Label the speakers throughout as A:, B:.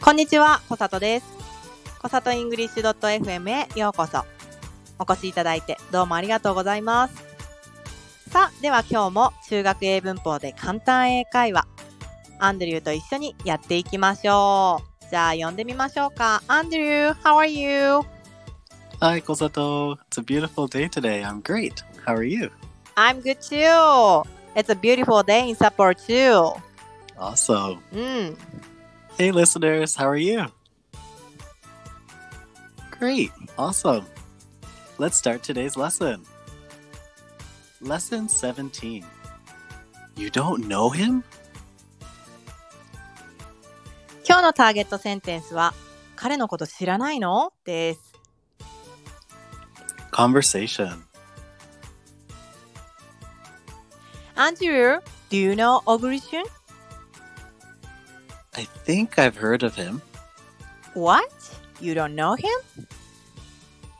A: こんにちは、こさとです。こさとイングリッシュ .fm へようこそ。お越しいただいてどうもありがとうございます。さあ、では今日も中学英文法で簡単英会話、アンドリューと一緒にやっていきましょう。じゃあ呼んでみましょうか。アンドリュー、how are you?
B: Hi, Kosato. It's a beautiful day today. I'm great. How are you?
A: I'm good too. It's a beautiful day in Sapporo too.
B: Awesome.
A: うん。
B: Hey, listeners. How are you? Great. Awesome. Let's start today's lesson. Lesson 17. You don't know him?
A: 今日のターゲットセンテンスは、彼のこと知らないのです。
B: Conversation.
A: Andrew, do you know Ogrishun?
B: I think I've heard of him.
A: What? You don't know him?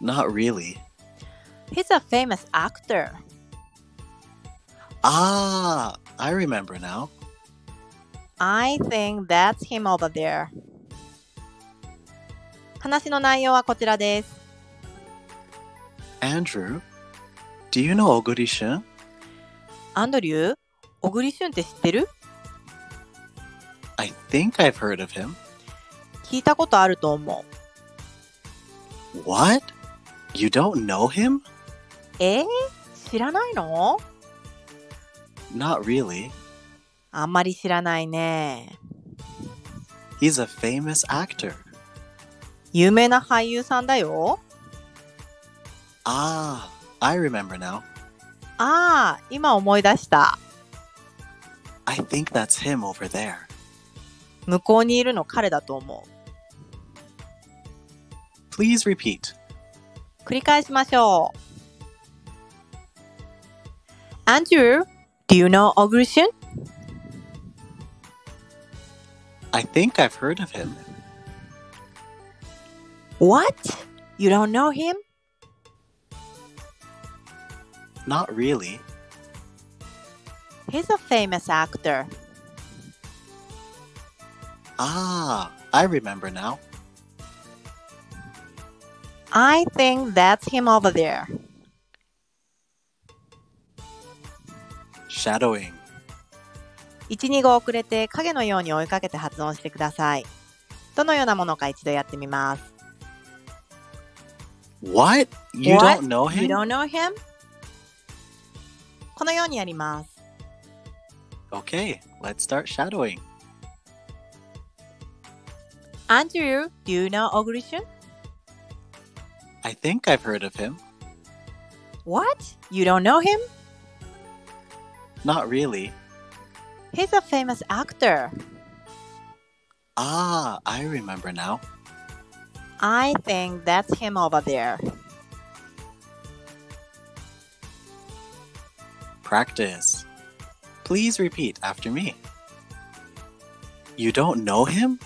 B: Not really.
A: He's a famous actor.
B: Ah, I remember now.
A: I think that's him over there. 話の内容はこちらです。
B: Andrew, do you know Ogurishin?
A: アンドリュー、小栗旬って知ってる
B: I think I've heard of him.
A: 聞いたことあると思う。
B: What? You don't know him?
A: えー、知らないの
B: Not really.
A: あんまり知らないね。
B: He's a famous actor.
A: 有名な俳優さんだよ。
B: Ah, I remember now.
A: ああ、今思い出した。
B: I think that's him over there.
A: 向こうにいるの彼だと思
B: Please repeat.
A: う。繰り返しましょう。Andrew, do you know 小栗旬
B: I think I've heard of him.
A: What? You don't know him?
B: Not really.
A: He's a famous actor.
B: Ah, I remember now.
A: I think that's him over there.
B: Shadowing.
A: 1、2号遅れて影のように追いかけて発音してください。どのようなものか一度やってみます。
B: What? You
A: What?
B: don't know
A: You
B: him?
A: don't know him? このようにやります。
B: Okay, let's start shadowing.
A: Andrew, do you know Ogrishun?
B: I think I've heard of him.
A: What? You don't know him?
B: Not really.
A: He's a famous actor.
B: Ah, I remember now.
A: I think that's him over there.
B: Practice. Please repeat after me. You don't know him?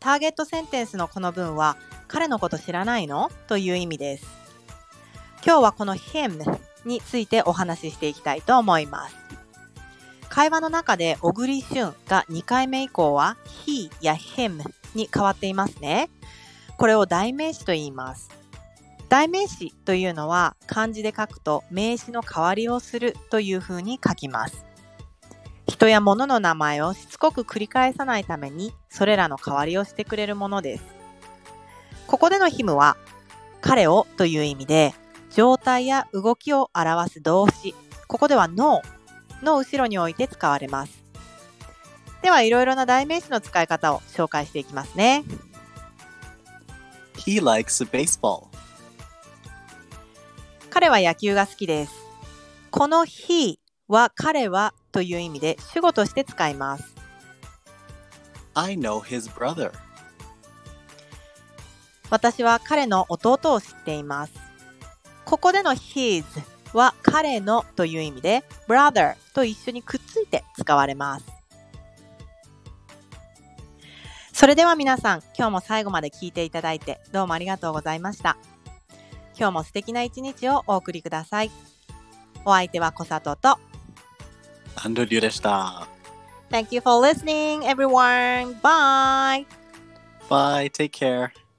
A: ターゲットセンテンスのこの文は彼のこと知らないのという意味です。今日はこの him についてお話ししていきたいと思います。会話の中で小栗旬が2回目以降は he や him に変わっていますね。これを代名詞と言います。代名詞というのは漢字で書くと名詞の代わりをするというふうに書きます。人や物の名前をしつこく繰り返さないためにそれらの代わりをしてくれるものです。ここでのヒムは彼をという意味で状態や動きを表す動詞ここでは no の後ろに置いて使われます。ではいろいろな代名詞の使い方を紹介していきますね。
B: He likes baseball.
A: 彼は野球が好きです。この he は彼はという意味で主語として使います。
B: I know his brother.
A: 私は彼の弟を知っています。ここでの his は彼のという意味で brother と一緒にくっついて使われます。それでは皆さん、今日も最後まで聞いていただいてどうもありがとうございました。今日も素敵な一日をお送りください。お相手は小里と
B: Ando Ryudeshita.
A: Thank you for listening, everyone. Bye.
B: Bye. Take care.